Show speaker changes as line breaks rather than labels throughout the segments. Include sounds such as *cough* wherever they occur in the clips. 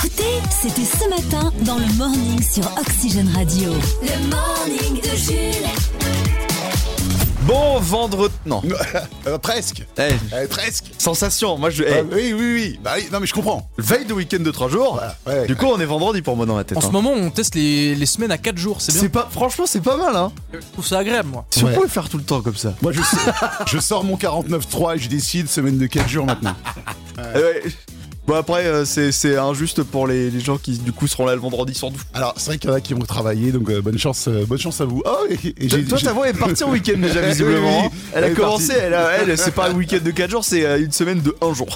C'était ce matin dans le morning sur Oxygène Radio. Le morning de Jules.
Bon vendredi. Non.
Euh, presque.
Eh,
Euh, presque.
sensation. Moi, je. eh,
Ah, oui, oui, oui. Bah oui, non, mais je comprends.
veille de week-end de 3 jours.
Ouais, ouais,
du coup, on est vendredi pour moi dans ma tête.
En ce
hein.
moment, on teste les, les semaines à 4 jours, c'est bien.
C'est pas. Franchement, c'est pas mal, hein.
Je trouve ça agréable, moi.
Si
Ouais.
on pouvait faire tout le temps comme ça.
Moi, je, *laughs* je sors mon 49.3 et je décide semaine de 4 jours maintenant.
Eh ouais. Bon, après, euh, c'est c'est injuste pour les, les gens qui, du coup, seront là le vendredi sans doute.
Alors, c'est vrai qu'il y en a qui vont travailler, donc euh, bonne chance euh, bonne chance à vous. Oh, et, et j'ai-
Toi,
j'ai-
ta voix est partie en week-end *laughs* déjà, visiblement.
Oui,
hein.
oui,
Elle a
elle est
commencé,
partie.
elle, a- elle, c'est pas un week-end de 4 jours, c'est euh, une semaine de 1 *laughs* jour.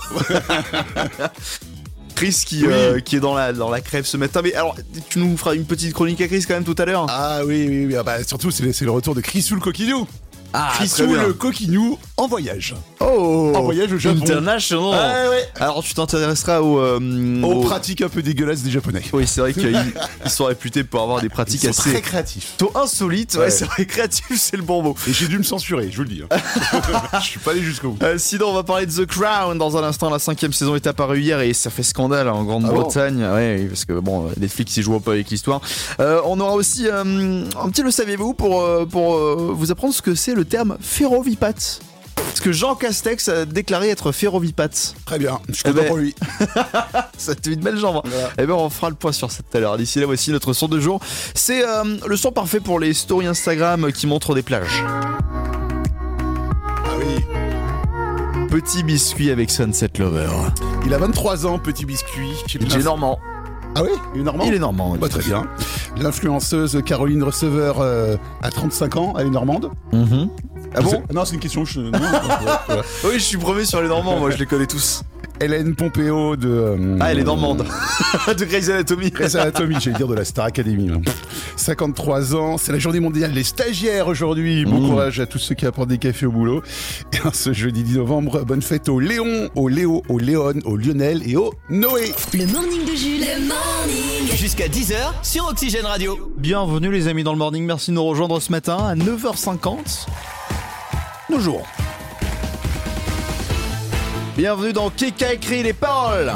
Chris qui,
Oui.
euh, qui est dans la, dans la crève ce matin. Mais alors, tu nous feras une petite chronique à Chris quand même tout à l'heère.
Ah oui, oui, oui. Ah, bah, surtout, c'est le c'est le retour de Chrisou le coquinou.
Ah,
Chrisou le coquinou en voyage.
Oh,
En voyage au Japon.
International.
Ah, ouais. Oh.
Alors tu t'intéresseras aux, euh,
Aux
aux-
pratiques un peu dégueulasses des Japonais.
Oui, c'est vrai qu'ils ils sont réputés pour avoir des pratiques
Ils sont
assez
très créatifs.
plutôt insolites. Ouais,
Ouais.
c'est vrai, créatif, c'est le bon mot.
Et j'ai dû me censurer, je vous le dis. hein. *laughs* je suis pas allé jusqu'au bout.
Euh, sinon, on va parler de The Crown dans un instant. La cinquième saison est apparue hier et ça fait scandale hein, en
Ah
Grande-Bretagne. Ouais, oui, parce que bon, Netflix ils jouent un peu avec l'histoire. Euh, on aura aussi euh, un petit le savez-vous pour euh, pour euh, vous apprendre ce que c'est le terme ferrovipate. Parce que Jean Castex a déclaré être ferrovipate.
Très bien, je suis
Eh
content
ben.
pour lui.
*laughs* C'était une belle jambe.
Voilà.
Eh bien, on fera le point sur ça tout à l'heure. D'ici là, voici notre son de jour. C'est euh, le son parfait pour les stories Instagram qui montrent des plages.
Ah oui.
Petit biscuit avec Sunset Lover.
Il a 23 ans, petit biscuit.
Il est normand.
Ah oui Il est normand
Il est normand. oui.
Bah, très bien. L'influenceuse Caroline Receveur euh, à 35 ans, elle est normande
Mhm. Ah bon
Non, c'est une question. je- non, voilà, voilà.
Oui, je suis premier sur les normands. Moi, je les connais tous.
*laughs* Hélène Pompeo de. euh,
Ah, elle est normande. *laughs* de Grey's Anatomy.
*laughs* Grey's Anatomy, j'allais dire de la Star Academy. là. 53 ans, c'est la journée mondiale des stagiaires aujourd'hui. Bon
Mmh.
courage à tous ceux qui apportent des cafés au boulot. Et en ce jeudi 10 novembre, bonne fête au Léon, au Léo, au Léon, au Lionel et au Noé.
Le morning de Jules. Le morning.
Jusqu'à 10h sur Oxygène Radio.
Bienvenue, les amis, dans le morning. Merci de nous rejoindre ce matin à 9h50. Nos jours. Bienvenue dans Qui a écrit les paroles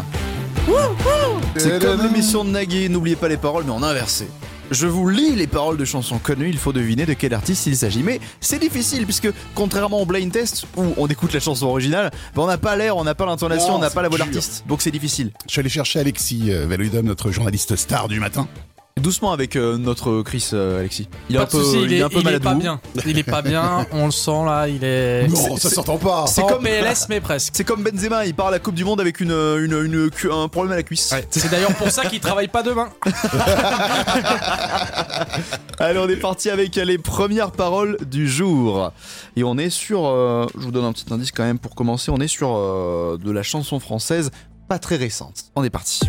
C'est comme l'émission de Nagui, n'oubliez pas les paroles, mais en inversé. Je vous lis les paroles de chansons connues, il faut deviner de quel artiste il s'agit. Mais c'est difficile, puisque contrairement au blind test, où on écoute la chanson originale, ben, on n'a pas l'air, on n'a pas l'intonation,
Non,
on n'a
c'est
pas la voix
dur.
d'artiste. Donc c'est difficile.
Je suis allé chercher Alexis euh, Valoudom, notre journaliste star du matin.
Doucement avec euh, notre Chris euh, Alexis. Il est
Pas
un
de
peu,
soucis,
il est un peu malade.
pas bien. Il est pas bien, on le sent là, il est.
Non, ça s'entend pas.
C'est
Oh.
comme PLS, mais presque.
C'est comme Benzema, il part à la Coupe du Monde avec une, euh, une, une- cu- un problème à la cuisse.
C'est d'ailleurs pour ça qu'il travaille pas demain.
Allez, on est parti avec les premières paroles du jour. Et on est sur. euh, je vous donne un petit indice quand même pour commencer. On est sur euh, de la chanson française pas très récente. On est parti.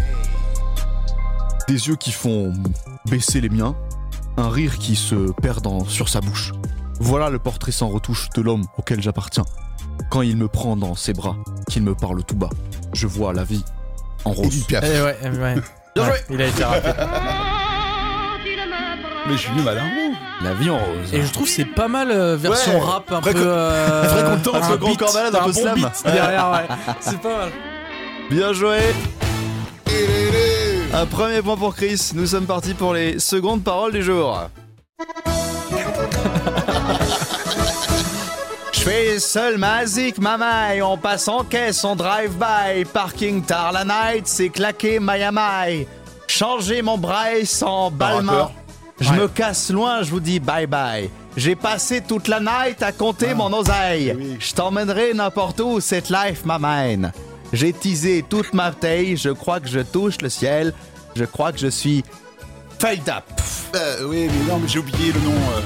Des yeux qui font baisser les miens, un rire qui se perd dans- sur sa bouche. Voilà le portrait sans retouche de l'homme auquel j'appartiens. Quand il me prend dans ses bras, qu'il me parle tout bas, je vois la vie en
Edith
rose.
Piaf.
Eh ouais, eh ouais.
Bien joué.
Ouais, Il a été rapide.
Mais je suis du malin.
La vie en rose.
Et je trouve que c'est pas mal euh, version
Ouais.
rap, un
Très
peu.
co-
euh,
très content,
un
parce que Grand
beat,
Corbalade, un peu
bon
slam.
beat derrière, ouais. C'est pas mal.
Bien joué Un premier point pour Chris, nous sommes partis pour les secondes paroles du jour. Je fais seul ma zik, ma maille, on passe en caisse, on drive-by, parking tard la night, c'est claqué Miami. Changer mon braille sans balmain.
rappeur.
Je me casse loin, je vous dis bye bye. J'ai passé toute la night à compter mon oseille.
oui.
Je t'emmènerai n'importe où, cette life ma mine. J'ai teasé toute ma taille, je crois que je touche le ciel. Je crois que je suis fade up.
Euh, oui, mais non, mais j'ai oublié le nom. euh.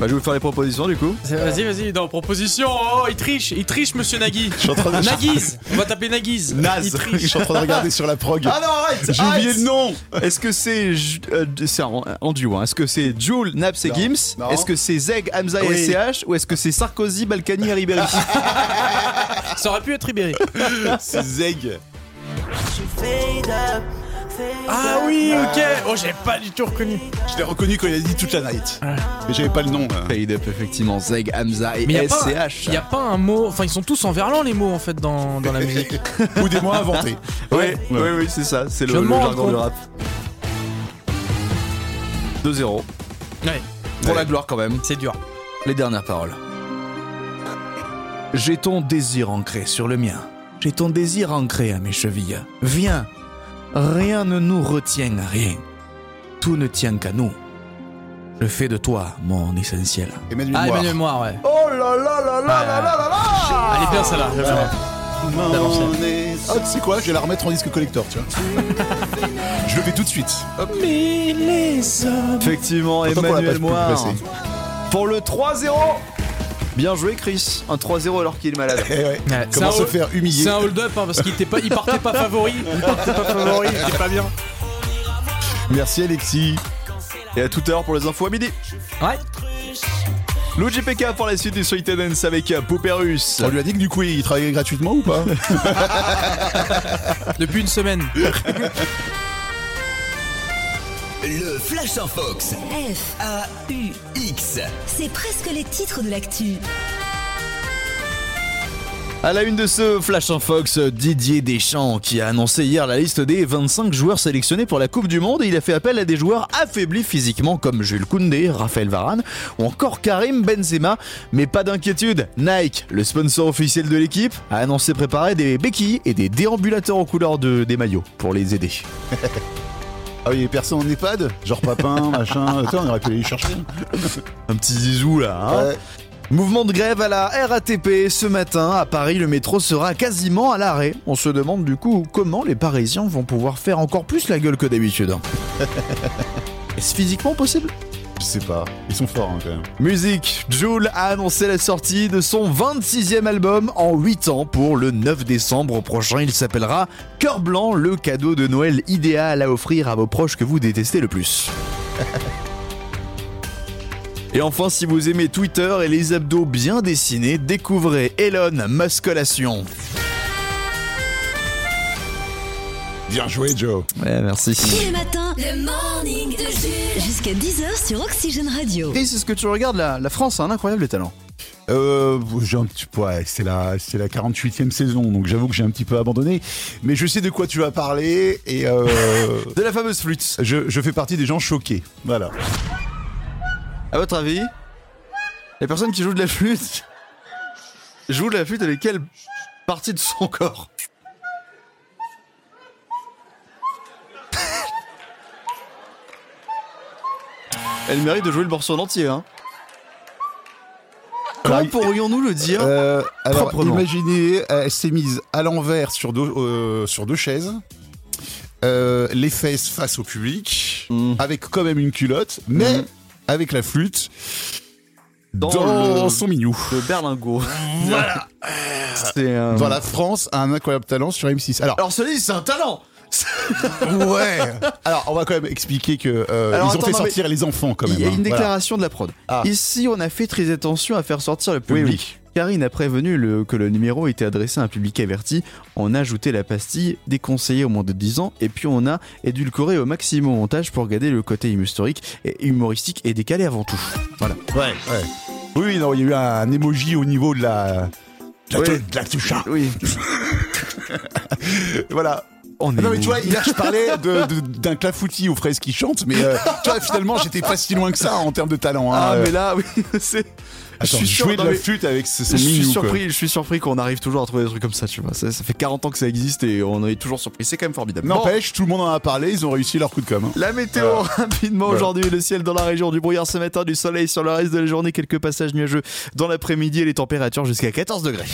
Bah, je vais vous faire les propositions du coup.
C'est- Vas-y, vas-y, dans proposition. Oh, il triche, il triche, monsieur Nagui.
Je suis en train de,
Naguise, on va taper Naguise.
Naze.
*laughs*
Il
je
triche.
suis en train de regarder sur la prog.
Ah non, arrête
j'ai oublié
arrête.
le nom.
Est-ce que c'est ju- euh, c'est en, en duo hein. Est-ce que c'est Jules, Naps et
Non.
Gims
Non.
Est-ce que c'est Zeg, Hamza et
Oui.
SCH Ou est-ce que c'est Sarkozy, Balkany et Ribéry *laughs*
Ça aurait pu être Ribéry.
C'est Zeg.
Je suis fade up,
Ah oui, ok. Oh, j'ai pas du tout reconnu.
Je l'ai reconnu quand il a dit toute la night. Mais j'avais pas le nom. euh.
Fade Up, effectivement, Zeg, Hamza et
Mais y a pas,
SCH.
y a pas un mot. Enfin, ils sont tous en verlan les mots en fait dans, dans la musique.
Ou des mots inventés.
Ouais, ouais, ouais, c'est ça, c'est le,
Je
le
me rends
jargon du
compte.
rap. 2-0.
*laughs* Ouais,
Pour
Ouais.
la gloire quand même,
c'est dur.
les dernières paroles. J'ai ton désir ancré sur le mien. J'ai ton désir ancré à mes chevilles. Viens, rien ne nous retient à rien. Tout ne tient qu'à nous. Je fais de toi mon essentiel.
Emmanuel
Ah,
Moir.
Emmanuel Moir, ouais.
Oh là là là là là là là là
Elle est bien celle-là. j'aime bien.
M'en est- Ah, tu sais quoi, je vais la remettre en disque collector, tu vois.
*laughs*
je le fais tout de suite.
Mais les hommes.
Effectivement,
Autant qu'on l'a
Emmanuel
pas
Moir.
passé.
Pour le 3-0 Bien joué, Chris. Un 3-0 alors qu'il est malade.
Eh ouais.
Ouais,
Comment
c'est un
se
hol-
faire humilier
C'est un hold-up hein, parce qu'il était pas, il partait pas *laughs* favori. Il partait pas favori, il était pas bien.
Merci Alexis.
Et à tout à l'heure pour les infos à midi.
Ouais.
Luigi PK pour la suite du Sweet Dance avec Poperus.
On lui a dit que du coup il travaillait gratuitement ou
*laughs*
pas
Depuis une semaine.
Le Flash en Fox.
F,
A-U-X.
c'est presque les titres de l'actu.
À la une de ce Flash en Fox, Didier Deschamps qui a annoncé hier la liste des 25 joueurs sélectionnés pour la Coupe du Monde et il a fait appel à des joueurs affaiblis physiquement comme Jules Koundé, Raphaël Varane ou encore Karim Benzema. Mais pas d'inquiétude, Nike, le sponsor officiel de l'équipe, a annoncé préparer des béquilles et des déambulateurs aux couleurs de, des maillots pour les aider.
Ah oui, personne en EHPAD Genre papin, machin. Attends, on aurait pu aller les chercher.
Un petit zizou là,
Ah
hein
Ouais.
Mouvement de grève à la RATP ce matin à Paris, le métro sera quasiment à l'arrêt. On se demande du coup comment les Parisiens vont pouvoir faire encore plus la gueule que d'habitude. *laughs* Est-ce physiquement possible
Je sais pas. Ils sont forts hein, quand même.
Musique, Joule a annoncé la sortie de son 26e album en 8 ans pour le 9 décembre prochain. Il s'appellera Cœur Blanc, le cadeau de Noël idéal à offrir à vos proches que vous détestez le plus. *laughs* Et enfin, si vous aimez Twitter et les abdos bien dessinés, découvrez Elon Muscolation.
Bien joué Joe.
Ouais,
Tous
merci.
les matins, le morning de Jules. Jusqu'à 10h sur Oxygène Radio.
Et c'est ce que tu regardes, la, la France a un incroyable talent.
Euh, j'ai un petit ouais, c'est la c'est la 48e saison donc j'avoue que j'ai un petit peu abandonné mais je sais de quoi tu vas parler
*laughs*
et euh,
De la fameuse flûte.
je, je fais partie des gens choqués. Voilà.
À votre avis, les personnes qui jouent de la flûte jouent de la flûte avec quelle partie de son corps *laughs* Elle mérite de jouer le morceau en entier. Hein.
Alors,
Comment
Bah, il-
pourrions-nous le dire
Euh, alors,
Proprement.
imaginez, euh, elle s'est mise à l'envers sur deux, euh, sur deux chaises, euh, les fesses face au public,
Mm.
avec quand même une culotte, mais
Mm.
avec la flûte
Dans
dans,
le-
son minou.
Le berlingot. Voilà. *laughs* C'est un-
euh, Voilà, France a un incroyable talent sur M6. Alors,
Alors celui c'est un talent.
ouais *laughs* Alors, on va quand même expliquer que euh,
Alors,
ils ont
attends,
fait
non, mais
sortir les enfants quand même.
Il y a
hein.
une
Voilà.
déclaration de la prod.
Ah.
Ici, on a fait très attention à faire sortir le
Oui,
public. Karine a prévenu le- que le numéro était adressé à un public averti. On a ajouté la pastille déconseillée au moins de 10 ans et puis on a édulcoré au maximum au montage pour garder le côté historique et humoristique et décalé avant tout. Voilà.
Ouais. Oui, oui, non, il y a eu un emoji au niveau de la. de la
Oui.
tête, de la touche. hein. Euh,
Oui.
Voilà.
On est
Ah Non mais
où
tu vois, hier je parlais de- *laughs* de- d'un clafoutis aux fraises qui chante, mais euh, tu vois, finalement j'étais pas si loin que ça en termes de talent. hein.
Ah,
Euh,
mais là, oui, *laughs* c'est.
attends,
je suis sûr-
jouer
non,
de la
mais-
flûte avec ce,
Je
ce
suis,
minou,
surpris, je suis surpris qu'on arrive toujours à trouver des trucs comme ça, tu vois. Ça, ça fait 40 ans que ça existe et on est toujours surpris. C'est quand même formidable.
quoi. N'empêche, tout le monde en a parlé, ils ont réussi leur coup de com'. hein.
La météo
Euh,
rapidement
voilà.
aujourd'hui, le ciel dans la région du brouillard ce matin, du soleil sur le reste de la journée, quelques passages nuageux dans l'après-midi et les températures jusqu'à 14 degrés.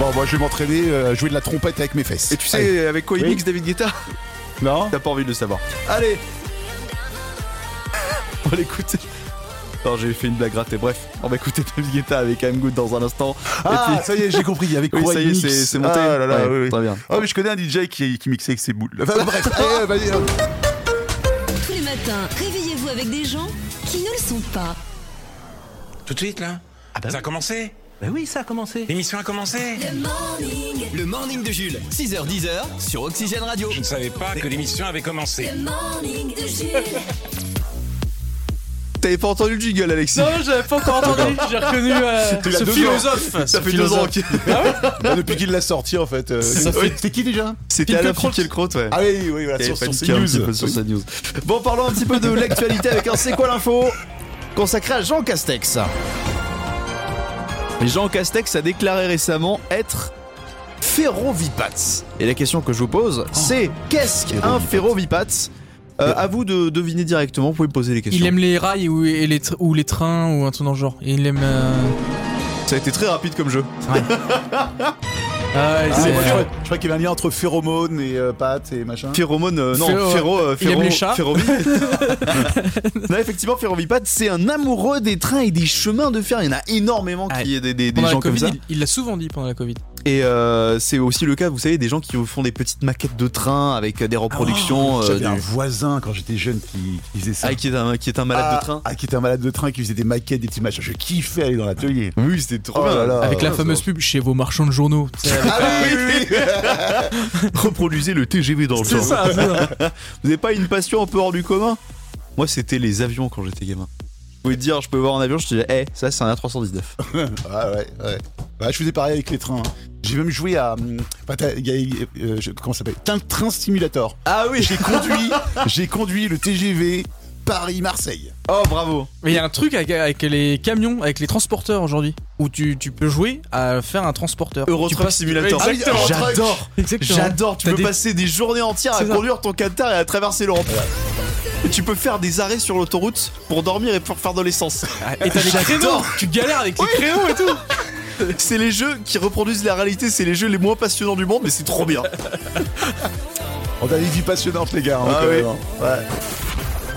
Bon, moi je vais m'entraîner euh, à jouer de la trompette avec mes fesses.
Et tu sais
Allez.
avec quoi il
Oui.
mixe David Guetta
non
*laughs* T'as pas envie de le savoir. Allez *laughs* On va l'écouter. Non, j'ai fait une blague ratée, bref. On va écouter David Guetta avec I'm Good dans un instant.
Ah,
et puis...
ça y est, j'ai compris, il y avait
*laughs* Oui,
quoi
ça y
il
est,
mixe.
c'est c'est monté. Oh
Ah, là, là,
Ouais,
oui, oui.
Très bien.
Ah, mais je connais un DJ qui, qui mixait avec ses boules.
*laughs*
Enfin, bref, eh, vas-y, euh,
Tous les matins, réveillez-vous avec des gens qui ne le sont pas.
Ah Tout de suite là Ça a commencé Ben bah oui, ça a commencé.
L'émission a commencé
Le morning,
Le morning de Jules, 6h10 sur Oxygène Radio.
Je ne savais pas que l'émission avait commencé.
le morning de Jules.
T'avais pas entendu le jingle, Alexis
Non, j'avais pas encore entendu. J'ai reconnu euh,
l'as
ce
deux
philosophe. ce
Ça fait deux
philosophe.
ans que Ah
Bah, *laughs* depuis qu'il l'a sorti, en fait. euh,
Ça
oui,
fait-
C'était qui déjà
c'était à la
Pinkercroft.
le crotte, ouais.
Ah oui, oui, voilà,
Il y
sur,
avait pas de
sur Ah,
skill un
CNews.
petit peu sur
Oui.
CNews. Bon, parlons un petit peu de l'actualité avec un C'est quoi l'info consacré à Jean Castex. Et Jean Castex a déclaré récemment être ferrovipat. Et la question que je vous
Oh.
pose, c'est qu'est-ce qu'un ferrovipat Euh, À vous de deviner directement, vous pouvez me poser les questions.
Il aime les rails ou, et les, tr- ou les trains ou un truc dans le genre. Il aime. euh,
Ça a été très rapide comme jeu.
Ah, ouais,
Ah,
c'est-
moi, je crois- je crois qu'il y avait un lien entre phéromones et euh, pâtes et machin.
Phéromone, euh, non,
Féro-
Féro, euh,
Il aime
Féro-
les chats.
Férovi.
*laughs*
non, effectivement, Ferrovipat, c'est un amoureux des trains et des chemins de fer. Il y en a énormément
Ouais.
qui y a des, des- des
Ah, pendant la
gens comme
Covid,
ça.
il- il l'a souvent dit pendant la Covid.
Et euh, c'est aussi le cas, vous savez, des gens qui vous font des petites maquettes de train avec euh, des reproductions. euh,
Ah, J'avais
du-
un voisin quand j'étais jeune qui, qui faisait Oh, ça.
Ah, qui est un, qui est un malade
Ah,
de train.
Ah, qui était un malade de train qui faisait des maquettes, des petits machins. Je kiffais aller dans l'atelier.
Oui, c'était trop
Oh là là.
Avec la
ouais,
fameuse pub chez vos marchands de journaux. tu sais, avec-
Ah oui, oui, oui.
*laughs* Reproduisez le TGV dans le
*laughs* C'est
train.
ça, c'est ça.
Vous n'avez pas une passion un peu hors du commun Moi, c'était les avions quand j'étais gamin. Je pouvais te dire, je peux voir un avion, je te disais, Eh, ça, c'est un A319.
Ah ouais, ouais. Bah, je faisais pareil avec les trains. hein. J'ai même joué à. hum, bah, t'as- il y a- euh, je- comment ça s'appelle Train- Train Simulator.
Ah oui *laughs*
J'ai conduit, j'ai conduit le TGV Paris-Marseille.
Oh, bravo
Mais il y a un truc avec, avec les camions, avec les transporteurs aujourd'hui, où tu, tu peux jouer à faire un transporteur.
Euro
Tu
Truck
passes-
Simulator.
Ouais, Exactement.
Ah oui, Euro Truck.
J'adore
Exactement.
J'adore, tu
T'as
peux
des-
passer des journées entières à
C'est ça.
conduire ton cantar et à traverser l'Europe. Et tu peux faire des arrêts sur l'autoroute pour dormir et pour faire de l'essence.
Et t'as des créneaux. Tu galères avec les créneaux et tout.
C'est les jeux qui reproduisent la réalité, c'est les jeux les moins passionnants du monde, mais c'est trop bien.
On a des vies passionnantes, les gars. hein,
Ah
quand
oui.
même, hein. Ouais.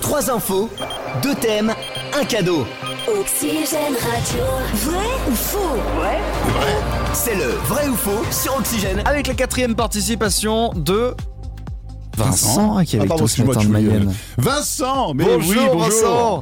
*laughs* Trois infos, deux thèmes, un cadeau.
Oxygène Radio. Vrai ou faux
C'est le vrai ou faux sur Oxygène.
Avec la quatrième participation de Vincent, qui est
Ah,
avec
pardon,
toi ce
excuse-moi,
matin
tu
de
me
Mayenne.
gueules. Vincent, mais
bonjour,
oui, bonjour.
Vincent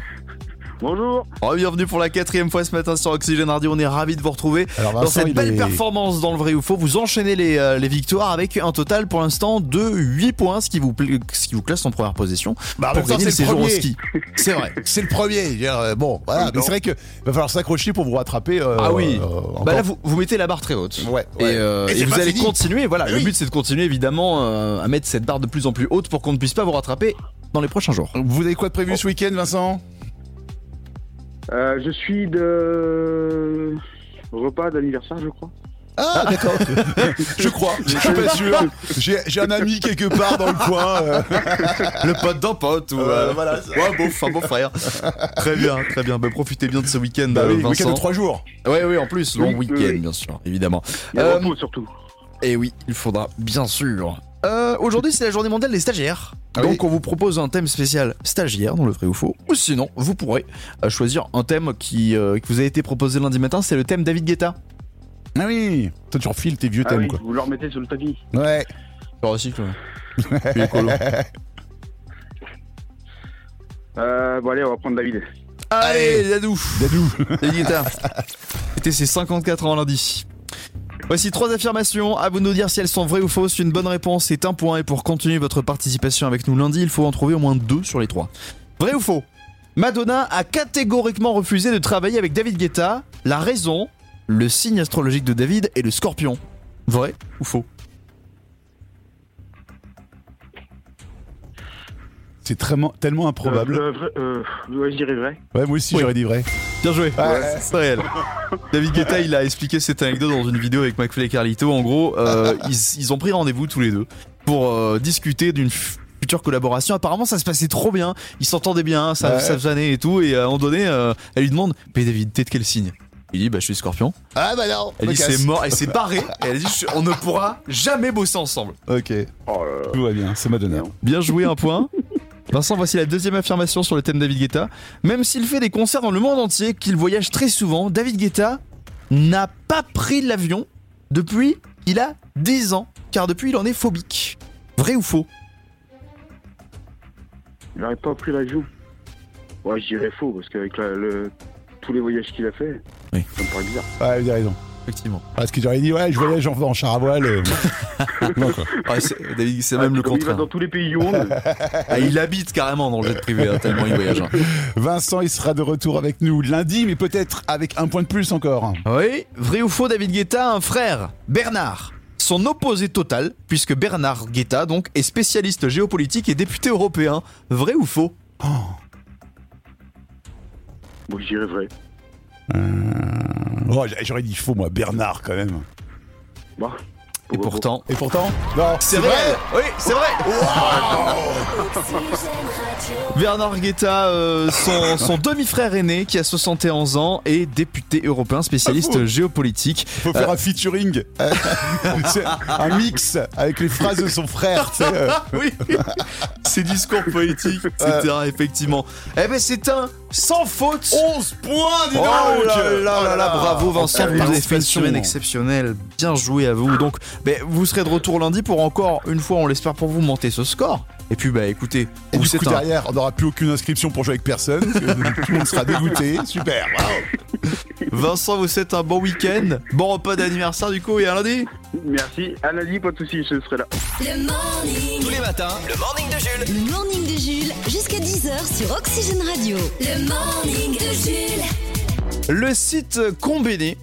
Bonjour.
Oh, Bienvenue pour la quatrième fois ce matin sur Oxygène Radio, on est ravis de vous retrouver.
Alors,
Dans
Vincent,
cette
il
belle
est-
performance dans le vrai ou faux, vous enchaînez les, euh, les victoires avec un total pour l'instant de 8 points, ce qui vous, pla- ce qui vous classe en première position.
Bah, en
pour
même temps,
gagner le
c'est le
séjour au
premier. *laughs*
ski. C'est vrai.
C'est le premier. je veux dire, euh, bon, voilà. Mais c'est vrai que va falloir s'accrocher pour vous rattraper. euh,
Ah oui.
euh, encore.
Bah là, vous, vous mettez la barre très haute.
Ouais,
Et,
ouais.
euh,
Et
et
c'est
vous
pas
allez
fini.
continuer. Voilà,
Mais
le
oui.
but c'est de continuer évidemment euh, à mettre cette barre de plus en plus haute pour qu'on ne puisse pas vous rattraper dans les prochains jours.
Vous avez quoi de prévu ce week-end, Vincent
Euh, je suis de repas d'anniversaire, je crois.
Ah, d'accord. je crois. Je suis pas sûr. J'ai j'ai un ami quelque part dans le coin. euh.
Le pote d'un pote
*laughs*
ou
euh,
voilà, ouais, beau, un beau
*laughs*
frère. très bien, très bien. Bah, profitez bien de ce week-end,
Bah
euh,
oui, week-end
Vincent.
de trois jours.
Ouais, oui, en plus, long
Oui, oui,
week-end,
oui.
bien sûr, évidemment.
Il y a
Euh,
repos surtout.
Et Eh oui, il faudra, bien sûr. Euh, Aujourd'hui, c'est la journée mondiale des stagiaires.
Ah
Donc, on
oui.
vous propose un thème spécial stagiaire dans le vrai ou faux. Ou sinon, vous pourrez euh, choisir un thème qui, euh, qui vous a été proposé lundi matin. C'est le thème David Guetta.
Ah oui. Toi, tu refiles tes vieux
Ah
thèmes,
oui,
quoi.
vous le remettez sur le tapis.
*laughs* Ouais.
Je recycle.
Euh, bon allez, on va prendre David.
Allez, Dadou. *laughs*
Dadou.
David Guetta. C'était ses 54 ans lundi. Voici trois affirmations. À vous de nous dire si elles sont vraies ou fausses. Une bonne réponse est un point. Et pour continuer votre participation avec nous lundi, il faut en trouver au moins deux sur les trois. Vrai ou faux Madonna a catégoriquement refusé de travailler avec David Guetta. La raison Le signe astrologique de David est le scorpion. Vrai ou faux
C'est tellement, tellement improbable.
Euh, vrai- euh, ouais, je dirais vrai.
Ouais, moi aussi,
Oui.
j'aurais dit vrai.
Bien joué.
Ouais.
C'est réel. David Guetta, il a expliqué cette anecdote dans une vidéo avec McFly et Carlito. En gros, euh, ils, ils ont pris rendez-vous tous les deux pour euh, discuter d'une f- future collaboration. Apparemment, ça se passait trop bien. Ils s'entendaient bien, ça,
Ouais.
ça faisait et tout. Et à un moment donné, euh, elle lui demande Mais David, t'es de quel signe Il dit Bah, je suis scorpion.
Ah bah non.
Elle
me
dit
casse.
C'est mort. Elle s'est barrée. Et elle dit Je- On ne pourra jamais bosser ensemble.
Ok.
Oh là là.
Tout va bien. C'est Madonna.
Bien joué, un point. Vincent, voici la deuxième affirmation sur le thème David Guetta. Même s'il fait des concerts dans le monde entier, qu'il voyage très souvent, David Guetta n'a pas pris l'avion depuis il a 10 ans, car depuis il en est phobique. Vrai ou faux
Il n'aurait pas pris la joue. Ouais, je dirais faux parce qu'avec la- le... tous les voyages qu'il a fait. Ça me paraît bizarre.
Ouais, vous avez Ah, raison.
Effectivement.
Parce que j'aurais dit, ouais, je voyage en, en char à voile. euh. *laughs* non, quoi.
Ah, c'est David, c'est même le
Comme Il va
contraire.
dans tous les pays
*laughs*
du monde.
Ah, il habite carrément dans le jet privé, hein, tellement il voyage. hein.
Vincent, il sera de retour avec nous lundi, mais peut-être avec un point de plus encore.
Oui, vrai ou faux, David Guetta a un frère, Bernard. Son opposé total, puisque Bernard Guetta, donc, est spécialiste géopolitique et député européen. Vrai ou faux
Bon, je dirais vrai.
Oh, j'aurais dit faux, moi, Bernard, quand même.
Bon.
Et pourtant,
Et pourtant Non,
c'est vrai, Oui, c'est vrai Bernard Guetta, euh, son, *laughs* son demi-frère aîné, qui a 71 ans, est député européen spécialiste géopolitique.
Faut faire un *laughs* featuring. C'est un mix avec les phrases de son frère. tu sais, euh.
oui, *laughs* ses discours politiques, etc. Effectivement. Eh ben, c'est un sans faute.
11 points, dis
Oh
donc
là là là là, bravo Vincent, vous
Quelle
avez fait une
participation.
semaine exceptionnelle. Bien joué à vous. Donc, ben, vous serez de retour lundi pour encore une fois, on l'espère pour vous monter ce score. Et puis, bah écoutez,
Et
vous,
du coup,
c'est un-
derrière, on n'aura plus aucune inscription pour jouer avec personne. parce que Tout le monde sera dégoûté. Super. bravo.
Vincent, vous êtes un bon week-end, bon repas d'anniversaire du coup et à lundi.
Merci. À lundi, pas de soucis, je serai là.
Le morning.
Tous les matins, le morning de Jules.
Le morning de Jules, jusqu'à 10h sur Oxygène Radio. Le morning de Jules.
Le site Combini,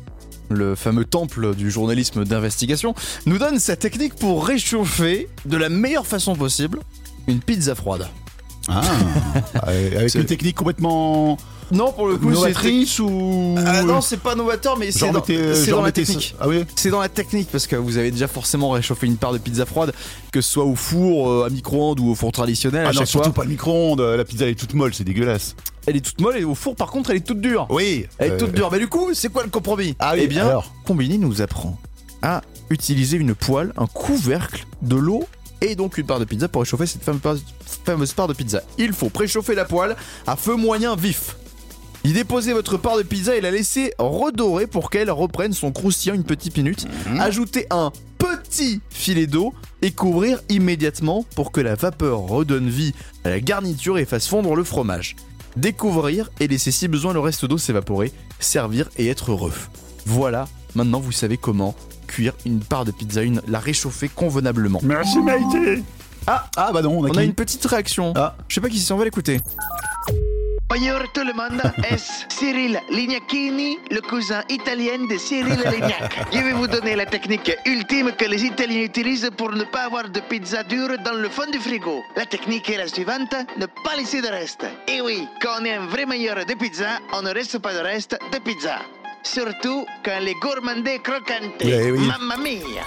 le fameux temple du journalisme d'investigation, nous donne sa technique pour réchauffer de la meilleure façon possible une pizza froide.
Avec avec
C'est-
une technique complètement
Non, pour le coup, Euh, c'est
novatrice ou.
Ah non, c'est pas novateur, mais c'est
Genre
dans,
mettez- euh,
c'est
genre
dans la
mettez-
technique.
Ah oui
C'est dans la technique parce que vous avez déjà forcément réchauffé une part de pizza froide, que ce soit au four, euh, à micro-ondes ou au four traditionnel.
Ah
à
non,
chaque fois.
surtout pas le micro-ondes. euh, La pizza, elle est toute molle, c'est dégueulasse.
Elle est toute molle et au four, par contre, elle est toute dure.
Oui.
Elle est
euh,
toute dure. Mais du coup, c'est quoi le compromis
Ah oui,
Eh bien,
alors.
Combini nous apprend à utiliser une poêle, un couvercle, de l'eau et donc une part de pizza pour réchauffer cette fameuse part- fameuse part de pizza. Il faut préchauffer la poêle à feu moyen vif. Y déposer votre part de pizza et la laisser redorer pour qu'elle reprenne son croustillant une petite minute.
Mhm.
Ajouter un petit filet d'eau et couvrir immédiatement pour que la vapeur redonne vie à la garniture et fasse fondre le fromage. Découvrir et laisser si besoin le reste d'eau s'évaporer, servir et être heureux. Voilà, maintenant vous savez comment cuire une part de pizza, une, la réchauffer convenablement.
Merci Maïté Ah, ah bah non, on a,
On
qui
a une petite réaction.
Ah.
Je sais pas qui s'en va l'écouter.
Bonjour tout le monde,
*laughs*
est Cyril Lignacchini, le cousin italien de Cyril Lignac.
*laughs*
Je vais vous donner la technique ultime que les Italiens utilisent pour ne pas avoir de pizza dure dans le fond du frigo. La technique est la suivante, ne pas laisser de reste. Et oui, quand on est un vrai meilleur de pizza, on ne reste pas de reste de pizza. Surtout quand les gourmandés croquantes.
Eh oui.
Mamma mia!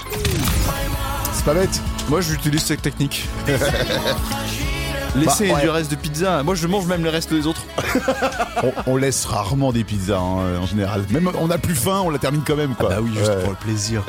C'est pas bête
Moi j'utilise cette technique. *laughs* Laissez
Bah, ouais.
du reste de pizza. Moi je mange même le reste des autres.
on, on laisse rarement des pizzas hein, en général. Même on a plus faim, on la termine quand même
Ah
quoi. Ouais.
le plaisir.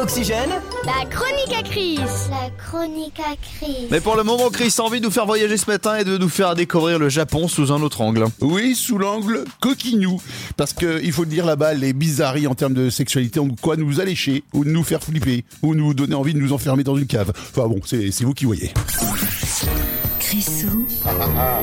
Oxygène,
La chronique à crise. La chronique à crise.
Mais pour le moment, Chris a envie de nous faire voyager ce matin et de nous faire découvrir le Japon sous un autre angle.
Oui, sous l'angle coquinou. Parce que il faut le dire là-bas, les bizarreries en termes de sexualité ont de quoi nous allécher, ou nous faire flipper, ou nous donner envie de nous enfermer dans une cave. Enfin bon, c'est c'est vous qui voyez.
Crissou,
Ah,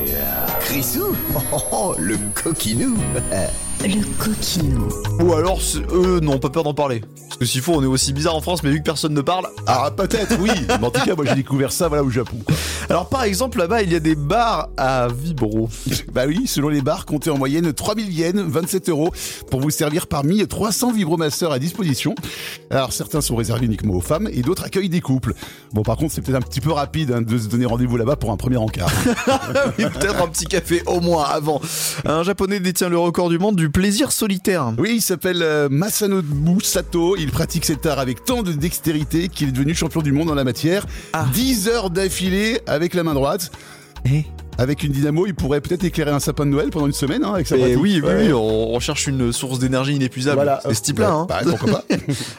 Crissou, oh, oh, oh, le coquinou.
*laughs* le coquinou.
Ou alors c'est- eux n'ont pas peur d'en parler. Parce que s'il faut, on est aussi bizarre en France, mais vu que personne ne parle.
Ah peut-être, oui. Mais en tout cas, moi j'ai découvert ça voilà au Japon. quoi.
Alors par exemple, là-bas, il y a des bars à vibro.
Bah oui, selon les bars, comptez en moyenne 3000 yens, 27 euros, pour vous servir parmi 300 vibromasseurs à disposition. Alors certains sont réservés uniquement aux femmes et d'autres accueillent des couples. Bon par contre, c'est peut-être un petit peu rapide hein, de se donner rendez-vous là-bas pour un premier encart.
*laughs* Oui, peut-être un petit café au moins avant. Un japonais détient le record du monde du plaisir solitaire.
oui, il s'appelle euh, Masanobu Sato, il pratique cet art avec tant de dextérité qu'il est devenu champion du monde en la matière.
Ah.
10 heures d'affilée avec la main droite.
Eh.
Avec une dynamo, il pourrait peut-être éclairer un sapin de Noël pendant une semaine hein, avec sa
Et
pratique.
Eh oui, oui,
Ouais.
oui, on, on cherche une source d'énergie inépuisable.
Voilà.
C'est ce type-là. hein.
Bah,
*laughs*
pourquoi pas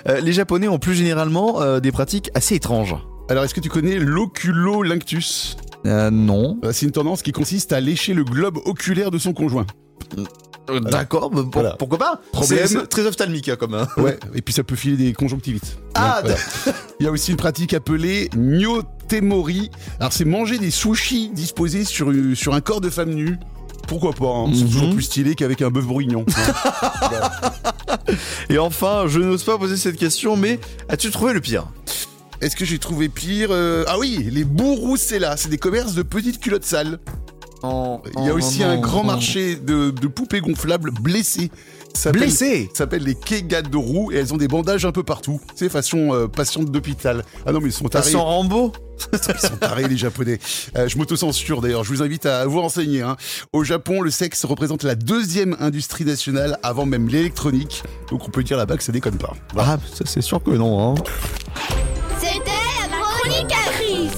Euh, les Japonais ont plus généralement euh, des pratiques assez étranges.
Alors, est-ce que tu connais l'oculolinctus
Euh, non.
Euh, C'est une tendance qui consiste à lécher le globe oculaire de son conjoint.
Euh, D'accord, mais pour-
Voilà.
pourquoi pas
Problème.
C'est- c'est Très ophtalmique hein, comme. hein.
Ouais, et puis ça peut filer des conjonctivites.
Ah,
Donc, voilà. Il y a aussi une pratique appelée nyotemori. Alors, c'est manger des sushis disposés sur, une- sur un corps de femme nue. Pourquoi pas hein, C'est
Mhm.
toujours plus stylé qu'avec un bœuf *laughs* bourguignon.
Et enfin, je n'ose pas poser cette question, mais as-tu trouvé le pire
Est-ce que j'ai trouvé pire Euh, Ah oui, les bourroussella, c'est des commerces de petites culottes sales. Il y a aussi un grand marché de, de poupées gonflables blessées. Ça s'appelle-
Blessé
Ça s'appelle les kégades de roue et elles ont des bandages un peu partout. C'est façon euh, patiente d'hôpital. Ah non, mais ils sont tarés.
Sans Rambo
Ils sont tarés, les Japonais. Euh, je m'auto-censure d'ailleurs, je vous invite à vous renseigner. hein. Au Japon, le sexe représente la deuxième industrie nationale avant même l'électronique. Donc on peut dire là-bas que ça déconne pas.
Ah, ça c'est sûr que non. Hein.
C'était la chronique à Chris.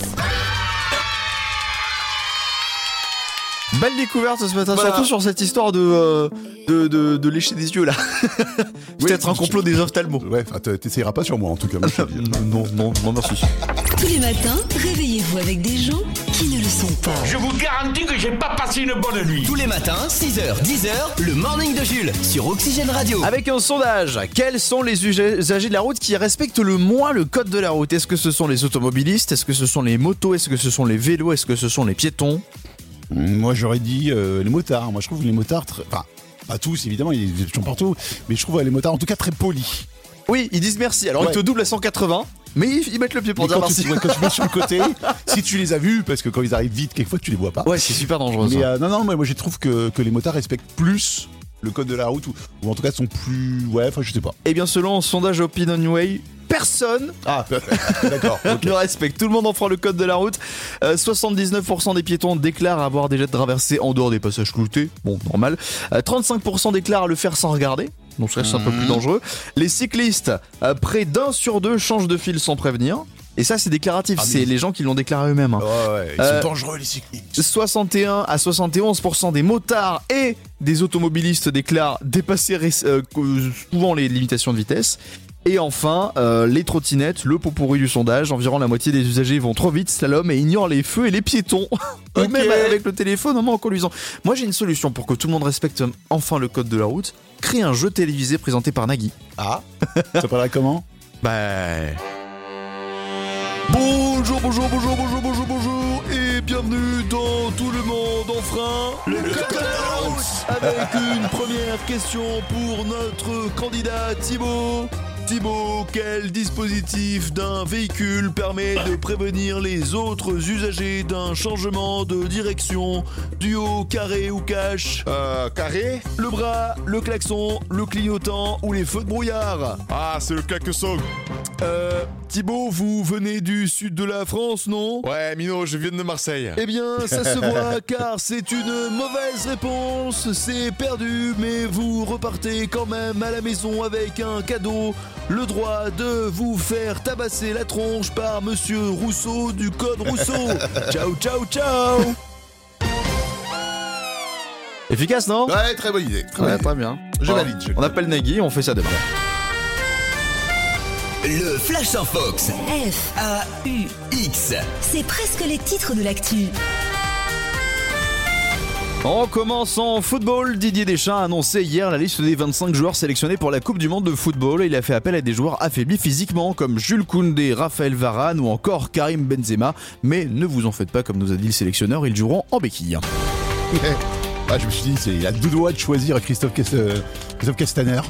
Belle découverte ce matin,
Voilà.
surtout sur cette histoire de, euh, de, de, de lécher des *laughs* yeux là. Peut-être un complot des ophtalmos.
Ouais, enfin, t- t'essayeras pas sur moi en tout cas. moi, je te le dis.
*laughs* Non, non, non, merci.
Tous les matins, réveillez-vous avec des gens qui ne le sont pas.
Je vous garantis que j'ai pas passé une bonne nuit.
Tous les matins, 6h, 10h, le morning de Jules sur Oxygène Radio.
Avec un sondage, quels sont les usagers de la route qui respectent le moins le code de la route Est-ce que ce sont les automobilistes Est-ce que ce sont les motos Est-ce que ce sont les vélos Est-ce que ce sont les piétons
Hum, Moi j'aurais dit euh, les motards. Moi je trouve les motards, tr- enfin pas tous évidemment, il y a des gens partout, mais je trouve euh, les motards en tout cas très polis.
Oui, ils disent merci. Alors
Ouais.
ils te doublent à 180, mais ils, ils mettent le pied pour
Mais
dire
quand,
merci.
tu, ouais, quand tu mets sur le côté, si tu les as vus, parce que quand ils arrivent vite, quelquefois tu les vois pas.
Ouais, c'est super dangereux.
Mais
ça.
euh, non, non, mais moi je trouve que, que les motards respectent plus le code de la route ou, ou en tout cas sont plus. Ouais, enfin je sais pas.
Eh bien, selon un sondage Opinionway, personne
Ah,
*laughs*
d'accord. ok.
le respecte. Tout le monde enfreint le code de la route. Euh, 79% des piétons déclarent avoir déjà traversé en dehors des passages cloutés. Bon, normal. Euh, 35% déclarent le faire sans regarder. Donc, ça, c'est un peu
Mhm.
plus dangereux. Les cyclistes, euh, près d'un sur deux changent de fil sans prévenir. Et ça, c'est déclaratif.
Ah, mais-
c'est les gens qui l'ont déclaré eux-mêmes. hein.
Ouais, ouais, ils
Euh,
sont dangereux les cyclistes.
61 à 71% des motards et des automobilistes déclarent dépasser ré- euh, euh, souvent les limitations de vitesse. Et enfin, euh, les trottinettes, le pot pourri du sondage. Environ la moitié des usagers vont trop vite, slalom, et ignorent les feux et les piétons. *laughs* Ou
Ok.
même avec le téléphone en main en conduisant. Moi, j'ai une solution pour que tout le monde respecte enfin le code de la route. Créer un jeu télévisé présenté par Nagui.
Ah, ça parlerait comment
Bah. Bonjour, bonjour, bonjour, bonjour, bonjour, bonjour, et bienvenue dans Tout le monde en frein, le Avec une première question pour notre candidat Thibaut. Thibaut, quel dispositif d'un véhicule permet de prévenir les autres usagers d'un changement de direction du haut, carré ou cache
Euh, carré
Le bras, le klaxon, le clignotant ou les feux de brouillard
Ah, c'est le claquesson.
euh, Thibaut, vous venez du sud de la France, non
Ouais, Mino, je viens de Marseille.
Eh bien, ça *laughs* se voit car c'est une mauvaise réponse. C'est perdu, mais vous repartez quand même à la maison avec un cadeau. Le droit de vous faire tabasser la tronche par Monsieur Rousseau du Code *laughs* Rousseau. ciao, ciao, ciao Efficace, non
Ouais, très bonne idée. Très bonne idée.
bien.
Je valide, je-
appelle Nagui, on fait ça demain.
Le Flash en Fox.
F,
A-U-X.
c'est presque les titres de l'actu.
On commence en football. Didier Deschamps a annoncé hier la liste des 25 joueurs sélectionnés pour la Coupe du Monde de football. Il a fait appel à des joueurs affaiblis physiquement comme Jules Koundé, Raphaël Varane ou encore Karim Benzema. Mais ne vous en faites pas, comme nous a dit le sélectionneur, ils joueront en béquille.
Ah, je me suis dit, c'est- il a deux doigts de choisir Christophe, Cas- euh, Christophe Castaner.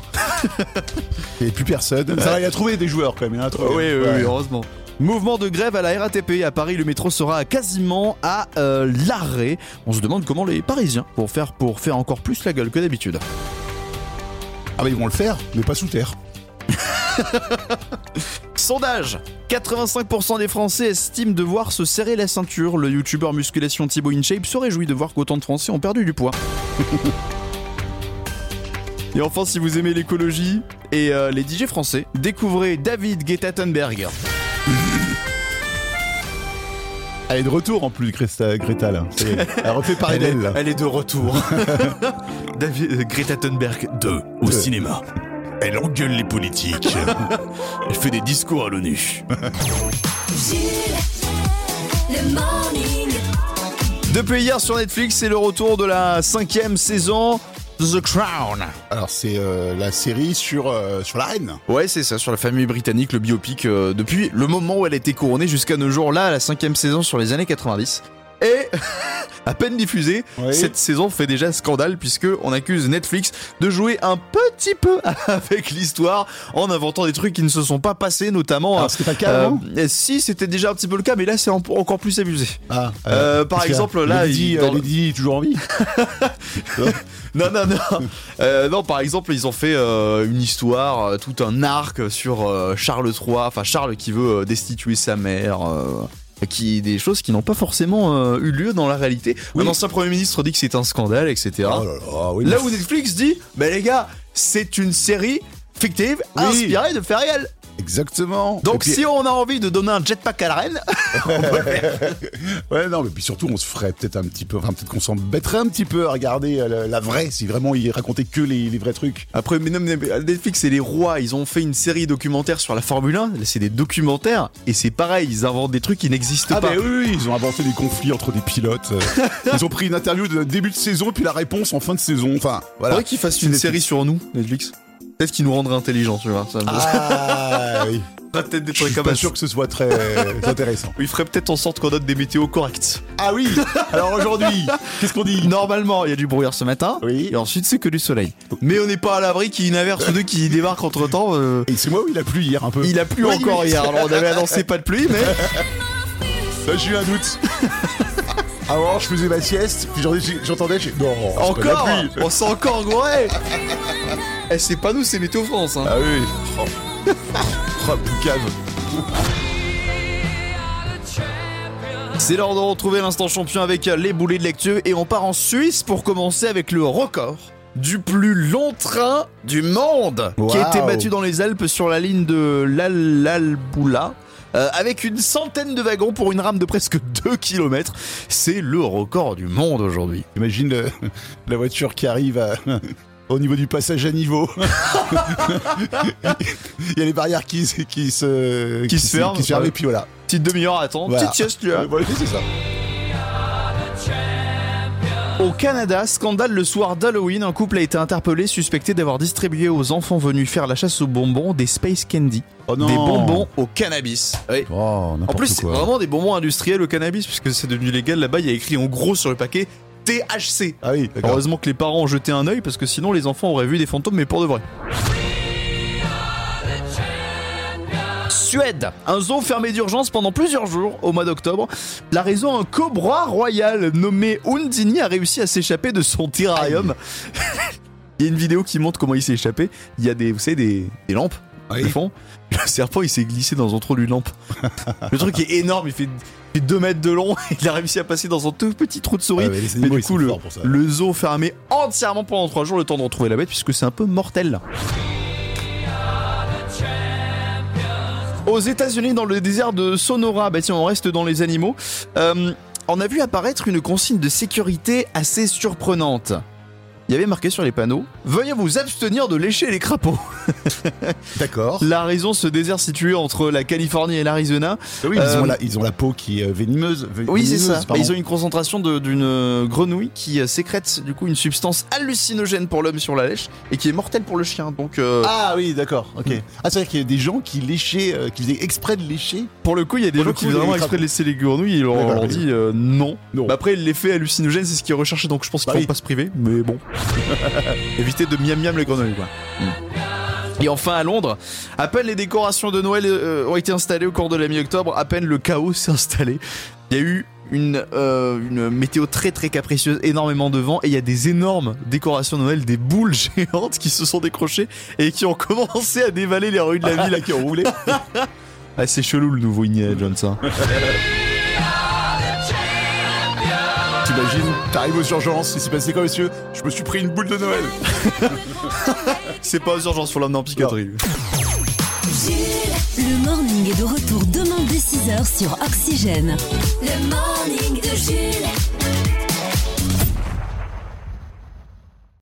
Et plus personne. Ça va, il a trouvé des joueurs quand même. Il en a trouvé. Ouais.
heureusement. Mouvement de grève à la RATP à Paris, le métro sera quasiment à euh, l'arrêt. On se demande comment les Parisiens vont faire pour faire encore plus la gueule que d'habitude.
Ah, bah ils vont le faire, mais pas sous terre.
Sondage 85% des Français estiment devoir se serrer la ceinture. Le youtubeur musculation Thibaut InShape se réjouit de voir qu'autant de Français ont perdu du poids. *laughs* Et enfin, si vous aimez l'écologie et euh, les DJ français, découvrez David Guettatenberg.
Elle est de retour en plus, Greta, Greta là. Ça y est. Elle refait parler d'elle là.
est de *laughs* retour. David euh, Greta Thunberg 2 au
Deux.
cinéma. Elle engueule les
*laughs*
politiques. Elle fait des discours à l'ONU.
Jules, le morning.
Depuis hier sur Netflix, c'est le retour de la cinquième saison de The Crown.
Alors, c'est euh, la série sur, euh, sur la reine.
Ouais, c'est ça, sur la famille britannique, le biopic, euh, depuis le moment où elle a été couronnée jusqu'à nos jours, là, à la cinquième saison sur les années 90. Et *laughs* à peine diffusée, cette saison fait déjà scandale puisque on accuse Netflix de jouer un petit peu *laughs* avec l'histoire en inventant des trucs qui ne se sont pas passés, notamment.
Alors, c'était pas le cas avant
euh, Si, c'était déjà un petit peu le cas, mais là c'est en- encore plus abusé.
Ah,
Euh, par
parce que
exemple, là,
Lady,
il-
euh,
dans-
Lady est toujours en vie.
*laughs* Non, non, non. Euh, non, par exemple, ils ont fait euh, une histoire, euh, tout un arc sur euh, Charles III, enfin Charles qui veut euh, destituer sa mère. euh, qui des choses qui n'ont pas forcément euh, eu lieu dans la réalité.
Oui.
Un ancien premier ministre dit que c'est un scandale, etc.
Oh là là, oui,
Là
mais-
où Netflix dit, mais les gars, c'est une série fictive inspirée de faits réels.
Exactement.
Donc
Et puis-
si on a envie de donner un jetpack à la reine,
Ouais, non, mais puis surtout, on se ferait peut-être un petit peu, enfin, peut-être qu'on s'embêterait un petit peu à regarder euh, la, la vraie, si vraiment il racontait que les, les vrais trucs.
Après, mais non, mais Netflix et les rois, ils ont fait une série documentaire sur la Formule 1. Là, C'est des documentaires et c'est pareil, ils inventent des trucs qui n'existent
Ah,
pas.
bah oui, oui, ils ont inventé des conflits entre des pilotes. euh,
*laughs*
ils ont pris une interview de début de saison, puis la réponse en fin de saison. Enfin, voilà.
Faudrait qu'ils fassent
C'est
une
Netflix.
série sur nous, Netflix. Peut-être qu'ils nous rendraient intelligents, tu vois. Ça me-
*laughs* Ah, oui.
peut-être des
Je suis
trucs comme
pas
ça.
sûr que ce soit très intéressant.
Ils feraient peut-être en sorte qu'on donne des météos correctes.
*laughs* Ah oui Alors
*laughs*
aujourd'hui, qu'est-ce qu'on dit
Normalement, il y a du brouillard ce matin.
Oui.
Et ensuite, c'est que du soleil. Mais on n'est pas à l'abri qu'il y ait une averse ou deux qui débarque entre temps.
Et c'est moi où il a plu hier un peu.
Il a plu
Oui,
encore
oui.
hier. Alors, on avait
*laughs*
annoncé pas de pluie, mais.
Là, Bah, j'ai eu un *laughs* doute. Avant, je faisais ma sieste, puis j'en- j'entendais, j'ai. Non, c'est pas de la
Encore
pluie.
On s'est encore gouré Eh, c'est pas nous, c'est Météo France. Hein.
Ah oui Oh,
*laughs*
oh boucave.
C'est l'heure de retrouver l'instant champion avec les boulets de lecture et on part en Suisse pour commencer avec le record du plus long train du monde qui a été
Waouh.
battu dans les Alpes sur la ligne de l'Al- l'Alboula. euh, avec une centaine de wagons pour une rame de presque 2 km, c'est le record du monde aujourd'hui.
Imagine le- *laughs* la voiture qui arrive à- *laughs* au niveau du passage à niveau. *laughs* Il y a les barrières qui, se- qui se,
Qui se ferment,
qui ferment
ouais.
et puis voilà.
Petite demi-heure à attendre,
Voilà.
petite sieste, tu vois.
Euh, voilà, c'est ça.
Au Canada, scandale le soir d'Halloween, un couple a été interpellé suspecté d'avoir distribué aux enfants venus faire la chasse aux bonbons des Space Candy,
Oh non.
des bonbons au cannabis. Oui.
Oh,
En
n'importe
plus, c'est
quoi.
vraiment des bonbons industriels au cannabis, puisque c'est devenu légal là-bas, il y a écrit en gros sur le paquet THC.
Ah oui, d'accord.
Heureusement que les parents ont jeté un œil, parce que sinon les enfants auraient vu des fantômes, mais pour de vrai. Suède, un zoo fermé d'urgence pendant plusieurs jours au mois d'octobre. La raison, un cobra royal nommé Undini a réussi à s'échapper de son terrarium. *laughs* Il y a une vidéo qui montre comment il s'est échappé. Il y a des, vous savez, des, des lampes
Ah Oui.
au fond. Ah, *laughs* Le serpent, il s'est glissé dans un trou d'une lampe. Le truc est énorme, il fait, il fait 2 mètres de long. *laughs* Il a réussi à passer dans un tout petit trou de souris.
Ah Ouais, mais les
mais
animaux,
du
ils
coup,
sont
le,
forts pour ça.
le zoo fermé entièrement pendant 3 jours, le temps de retrouver la bête, puisque c'est un peu mortel. Aux États-Unis, dans le désert de Sonora, bah tiens, on reste dans les animaux. Euh, on a vu apparaître une consigne de sécurité assez surprenante. Il y avait marqué sur les panneaux Veuillez vous abstenir de lécher les crapauds.
D'accord.
La raison, ce désert situé entre la Californie et l'Arizona.
Oui, ils,
Euh,
ont la, ils ont la peau qui est venimeuse. ve-
Oui, c'est
venimeuse,
ça.
pardon.
ils ont une concentration de- d'une euh, grenouille qui euh, sécrète du coup une substance hallucinogène pour l'homme sur la lèche et qui est mortelle pour le chien. Donc euh,
Ah oui, d'accord. Ok. Ah, c'est vrai qu'il y a des gens qui léchaient, euh, qui faisaient exprès de lécher.
pour le coup, il y a des
pour
gens
le
qui
coup,
vraiment
les
exprès de laisser les grenouilles et leur,
D'accord,
leur
oui.
dit euh, non.
Non.
Bah après, l'effet hallucinogène, c'est ce qui est recherché, donc je pense qu'ils
Bah
vont
oui.
pas se priver. Mais bon, évitez de miam miam les grenouilles, quoi. Mm. Et enfin à Londres, à peine les décorations de Noël euh, ont été installées au cours de la mi-octobre, à peine le chaos s'est installé. Il y a eu une, euh, une météo très très capricieuse, énormément de vent, et il y a des énormes décorations de Noël, des boules *laughs* géantes qui se sont décrochées et qui ont commencé à dévaler les rues de la ville.
qui ont *laughs* roulé.
Ah, c'est chelou le nouveau Indiana Jones. hein.
T'imagines, t'arrives aux urgences, il s'est passé quoi, monsieur Je me suis pris une boule de Noël.
C'est pas aux urgences, faut l'emmener en psychiatrie.
Jules, le morning est de retour demain dès 6h sur Oxygène. Le morning de Jules.